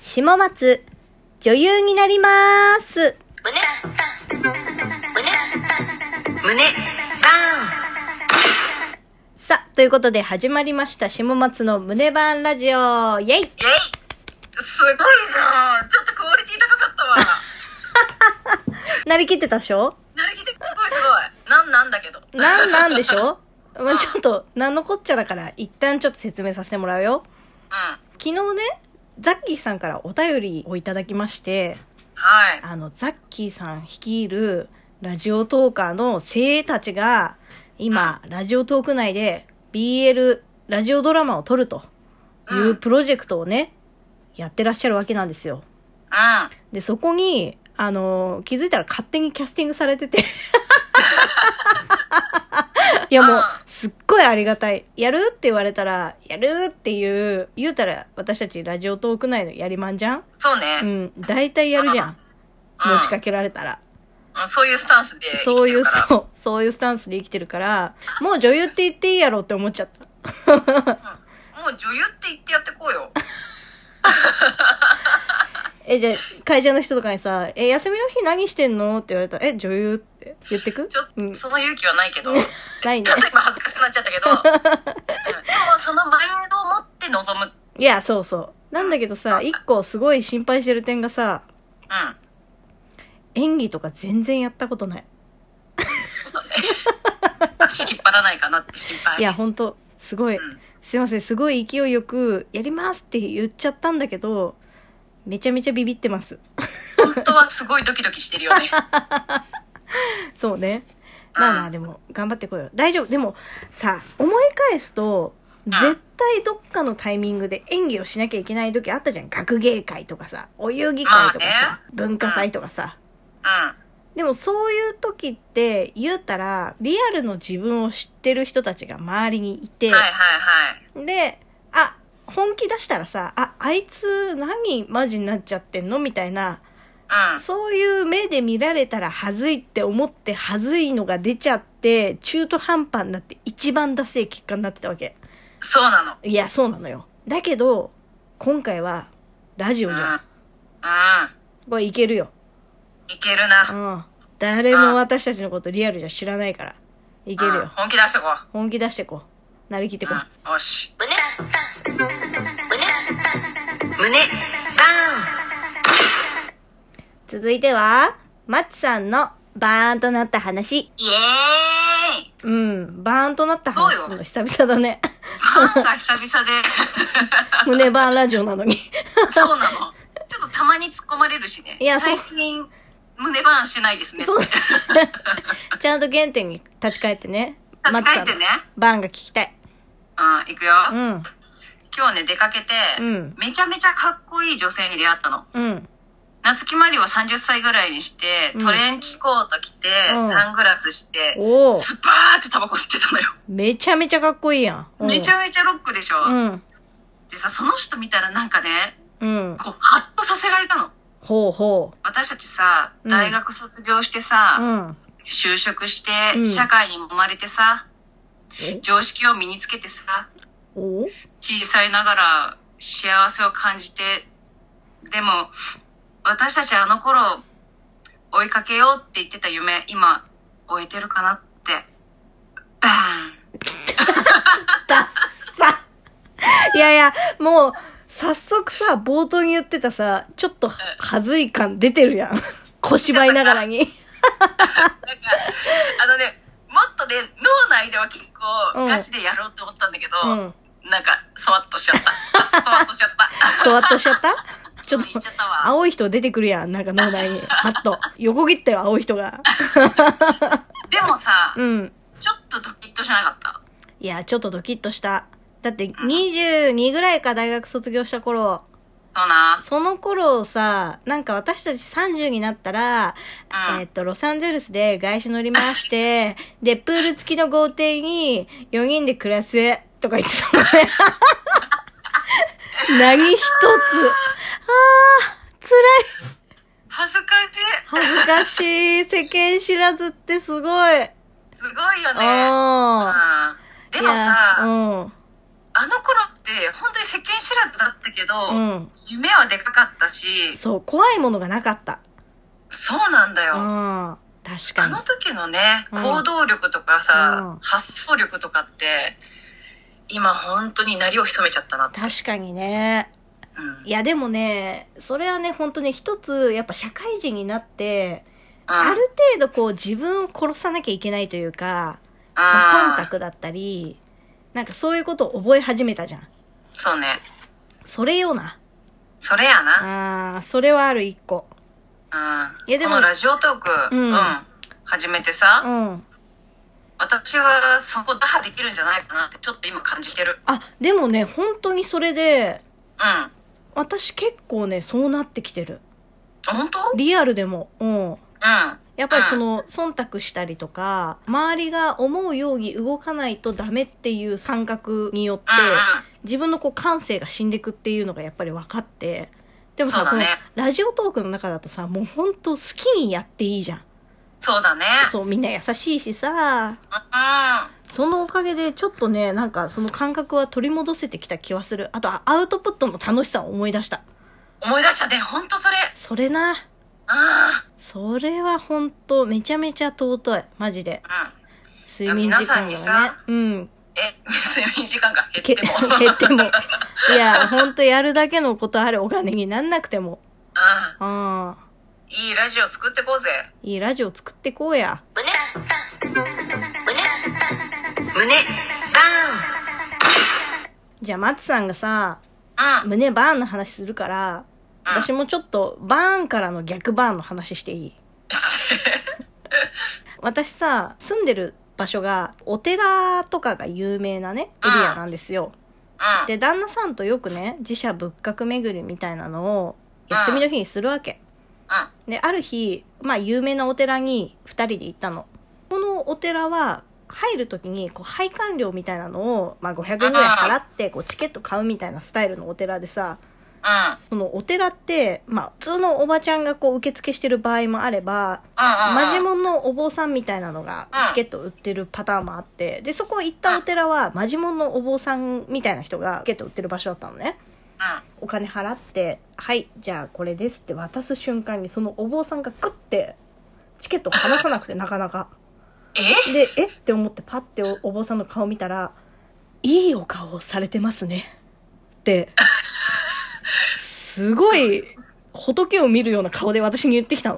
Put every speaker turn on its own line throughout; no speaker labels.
下松、女優になりまーす。
胸胸バーン
さあ、ということで始まりました、下松の胸バーンラジオ、イェイ
イェイすごいじゃんちょっとクオリティ高かったわ
なりきってたでしょ
なりきてすごいすごいなんなんだけど
なんなんでしょまあちょっと、なんのこっちゃだから、一旦ちょっと説明させてもらうよ。
うん
昨日ね、ザッキーさんからお便りをいただきまして、
はい
あの、ザッキーさん率いるラジオトーカーの精鋭たちが、今、ラジオトーク内で BL ラジオドラマを撮るといううんプロジェクトをね、やってらっしゃるわけなんですよ。
うん
で、そこに、あの、気づいたら勝手にキャスティングされて て。いやも
う、
うんすっごいありがたい。やるって言われたら、やるっていう、言うたら私たちラジオトーク内のやりまんじゃん
そう
う
ね、
ん、大体やるじゃん。
うん
持ちかけられたら。
うんそういうスタンスで生きて
そうい
る
う、
から
そう、そういうスタンスで生きてるから、もう女優って言っていいやろって思っちゃった。
もう女優って言ってやってこ うよ
え、じゃあ、会社の人とかにさ、え、休みの日何してんのって言われたら、え、女優って言ってく
ちょっと、
うん
その勇気はないけ ど
ないね
ちょっと今恥ずかしくなっちゃったけど、うんでもそのマインドを持って臨む
いや、そうそう。なんだけどさ、一個すごい心配してる点がさ、
うん
演技とか全然やったことない。
足引っ張らないかなって心配
いや、ほんと、すごい、
うん
すいません、すごい勢いよく、やりますって言っちゃったんだけど、めちゃめちゃビビってます。
本当はすごいドキドキしてる よね。
そうね。
うん
まあまあ、でも、頑張ってこいよ。大丈夫。でも、さ、思い返すと、
ん
絶対どっかのタイミングで演技をしなきゃいけない時あったじゃん。学芸会とかさ、お遊戯会とか
ま
さ、文化祭とかさ。
う
でもそういう時って言うたらリアルの自分を知ってる人たちが周りにいて、
ん。はいはいはい。
であ本気出したらさああいつ何マジになっちゃってんのみたいな
うん。
そういう目で見られたらはずいって思ってはずいのが出ちゃって中途半端になって一番ダセい結果になってたわけ
そうなの。
いやそうなのよだけど今回はラジ
う
オ
ん。
じゃん
う
これいけるよ
ん。いける
う
な。
ん誰も私たちのことリアルじゃ知らないからい
い
けるよ、
本気出してこう。
本気出してこう。なりきってこう。
うん。よし。胸胸バ
続いては、マッツさんのバーンとなった話。
ーンイエー
う
イ
ん、バーンとなった話するの久々だ ね。
パンが久 々で。
胸バーンラジオなのに。
そうなの。ちょっとたまに突っ込まれるしね。
いやそう
最近、胸バーンしてないですね。
そう。ちゃんと原点に立ち返ってね。
立ち返
マッ
って
ツさん
ね
の。バーンが聞きたい。
うん、行くよ。
うん、
今日ね、出かけて、
うん
めちゃめちゃかっこいい女性に出会ったの。
うん、
夏木マリは30歳ぐらいにして、
うん
トレンチコート着て、
うん
サングラスして、
おー
スパーってタバコ吸ってたのよ。
めちゃめちゃかっこいいやん。うん
めちゃめちゃロックでしょ、
うん、
でさ、その人見たらなんかね、
うん。
こう、ハッとさせられたの。
ほうほ
私たちさ、
うん
大学卒業して
う。
さ、
うん。
就職して、
うん
社会に揉まれてさ、
え
常識を身につけてさ、
おう
小さいながら幸せを感じて、でも、私たちあの頃、追いかけようって言ってた夢、今、終えてるかなって。バーン
ダッサいやいや、もう、早速さ、冒頭に言ってたさ、ちょっとははずい感出てるやん。小芝居ながらに。
なんか、あのね、もっとね、脳内では結
うん
構ガチでやろうって思ったんだけど、
うん。
なんか、そわっとしちゃ った。そわっとしちゃった。
そわっとしちゃったちょっと
言っ、ちゃったわ。
青い人出てくるやん。なんか脳内に。パッと。横切ったよ、青い人が。
でもさ、
うん。
ちょっとドキッとしなかった。
いや、ちょっとドキッとした。だって、22ぐらいか大学卒業した頃、
そうな。
その頃さ、なんか私たち30になったら、
うん。
えっと、ロサンゼルスで外資乗り回 して、で、プール付きの豪邸に4人で暮らす、とか言って たもんね。何一つ。あ
恥ずかしい。
ー、辛い。恥ずかしい。世間知らずってすごい。
すごいよね。
あ
うんで
ー。
も
いや
さ、
うん。
あの頃っって本当に世間知らずだったけど、
うん。
夢はでかかったし
そう、怖いものがなかった。
そうなんだよ、
うん。確
あ
かに
の。時のね、
うん
行動力とか
う
さ、
ん
発想力とかって今本当になりを潜めちゃったなって、
確かにね。
うん
いや、でもね、それはね、本当ね、一つ、やっぱ社会人になって、ある程度こう自分を殺さなきゃいけないというか、まあ、忖度だったり、なんかそういうことを覚え始めたじゃん。
度そうね
それよな。
それやな、
ああ、それはある一個。
うん
いやでも
このラジオトーク、
うん
始めてさ、
うん。
私はそこ打破できるんじゃないかなってちょっと今感じてる
あ、でもね、本当にそれで、
うん
私結構ね、そうなってきてる。
本当うん
リアルでも。うん。
う
やっぱりその、忖度したりとか、周りが思うように動かないとダメっていう感覚によって、
んうん
自分のこう感性が死んでくっていうのがやっぱり分かって。でも
そ
さ、
うだ
この
ね
ラジオトークの中だとさ、もうほんと好きにやっていいじゃん。
そうだね
そう、みんな優しいしさ、
うん
そのおかげでちょっとね、なんかその感覚は取り戻せてきた気はする。あと、あアウトプットの楽しさを思い出した。
思い出したね本当それ
それな。
あ
それはほんとめちゃめちゃ尊い。マジで。
あ
睡眠時間が
いや皆さん
ね
にさ。
うん。
え睡眠時間が
け
減っても
減 っても。いや、ほんとやるだけのことあるお金になんなくても。
あ
ああ。
いいラジオ作ってこうぜ
いいラジオ作ってこうや。
胸胸バ
じゃあ、松さんがさ、
ーンうん
胸バーンの話するから、
うん
私もちょっとバーンからの逆バーンの話して いい私さ、住んでる場所が、お寺とかが有名なね、エリアなんですよ。
うん
で、旦那さんとよくね、自社仏閣巡りみたいなのを、休みの日にするわけ。
うん
で、ある日、まあ、有名なお寺に二人で行ったの。このお寺は、入るときに、こう、拝観料みたいなのを、まあ、500円ぐらい払って、こう、チケット買うみたいなスタイルのお寺でさ、
うん
そのお寺って、まあ、普通のおばちゃんがこう、受付してる場合もあれば、マジ
うんうんう
モン
ん
のお坊さんみたいなのが
うん
チケットを売ってるパターンもあって、で、そこ行ったお寺は、マジモンのお坊さんみたいな人がチケット売ってる場所だったのね。お金払って、はい、じゃあこれですって渡す瞬間に、そのお坊さんがグッて、チケットを離さなくて、 なかなか。
え
で、えって思ってパッておお坊さんの顔見たら、いいお顔をされてますね。って、すごい、仏を見るような顔で私に言ってきたの。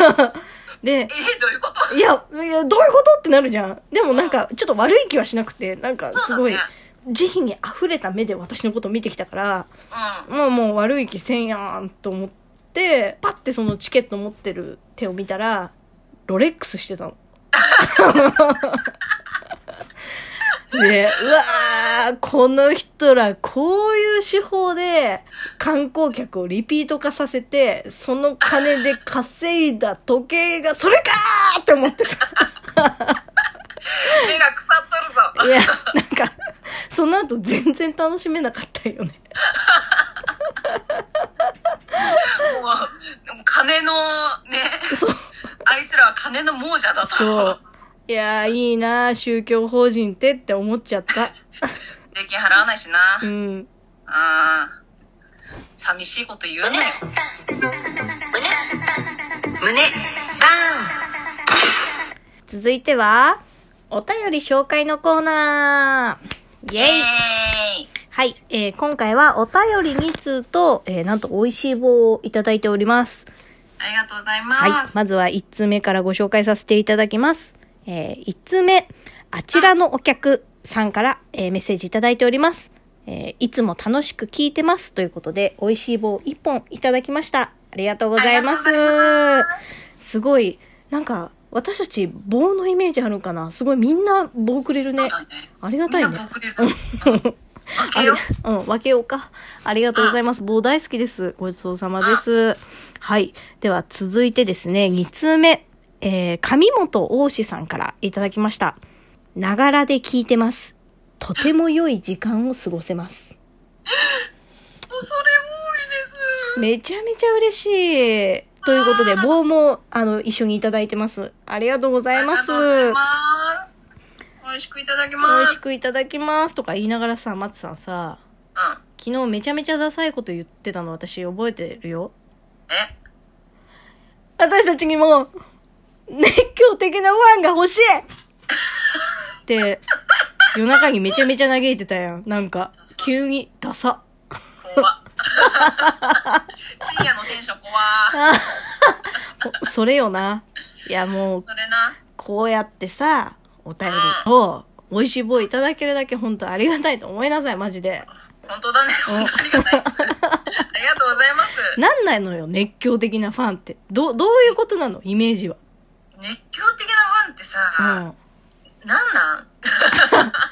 で、
え どういうこと
いや、いや、どういうことってなるじゃん。でもなんか、ちょっと悪い気はしなくて、なんかす
そう
ごい
だね、
慈悲に溢れた目で私のことを見てきたから、
うん
もうもう悪い気せんやんと思って、パッてそのチケット持ってる手を見たら、ロレックスしてたの。で、うわー、この人ら、こういう手法で観光客をリピート化させて、その金で稼いだ時計が、それかーって思ってさ。
目が腐っとるぞ
いや、なんか、その後全然楽しめなかったよね。
もうでも金のね
そう。
あいつらは金の亡者だと
そう。いやー、いいなー宗教法人ってって思っちゃった。
税金払わないしな、う、
うんん。
寂しいこと言うなよ胸バ
続いては、お便り紹介のコーナー。イェ
ーン
イ
イエーイ
はい、えー今回はお便り2通と、えーなんと美味しい棒をいただいております。
ありがとうございます、
はい。まずは1通目からご紹介させていただきます。えー、1通目、あちらのお客さんから、えーメッセージいただいております。えーいつも楽しく聞いてます。ということで、美味しい棒1本いただきました。ありがとうございます。
ありがとうございます
ごい、なんか、私たち棒のイメージあるんかなすごいみんな棒くれる
そう
ね。
だね
ありがた
みん
い
な
ね。
僕れるうん開けよう
あれうん、分けようか。ありがとうございます。棒大好きです。ごちそうさまです。はい。では、続いてですね、2通目。えー、上本大志さんからいただきました。ながらで聞いてます。とても良い時間を過ごせます。
それ多いです
めちゃめちゃ嬉しい。ということで、棒も、あの、一緒にいただいてます。ありがとうございます。
ありがとうございます美味しくいただき
美
ま
味し
す。
くいただきますとか言いながらさ、松さんさ、
うん。
昨日めちゃめちゃダサいこと言ってたの私覚えてるよ。
え
私たちにも熱狂的なファンが欲しいって夜中にめちゃめちゃ嘆いてたやん。なんか、急にダサ。
怖っ深夜のテンション怖っ
おそれよな。いやもう、
それな。
こうやってさ、お便りを美味しい棒いただけるだけ本当ありがたいと思いなさい、マジで。
本当だね。本当ありがたいっす。ありがとうございます。
なんないのよ、熱狂的なファンって。ど、どういうことなのイメージは。
熱狂的なファンってさ、
うん。
なんなん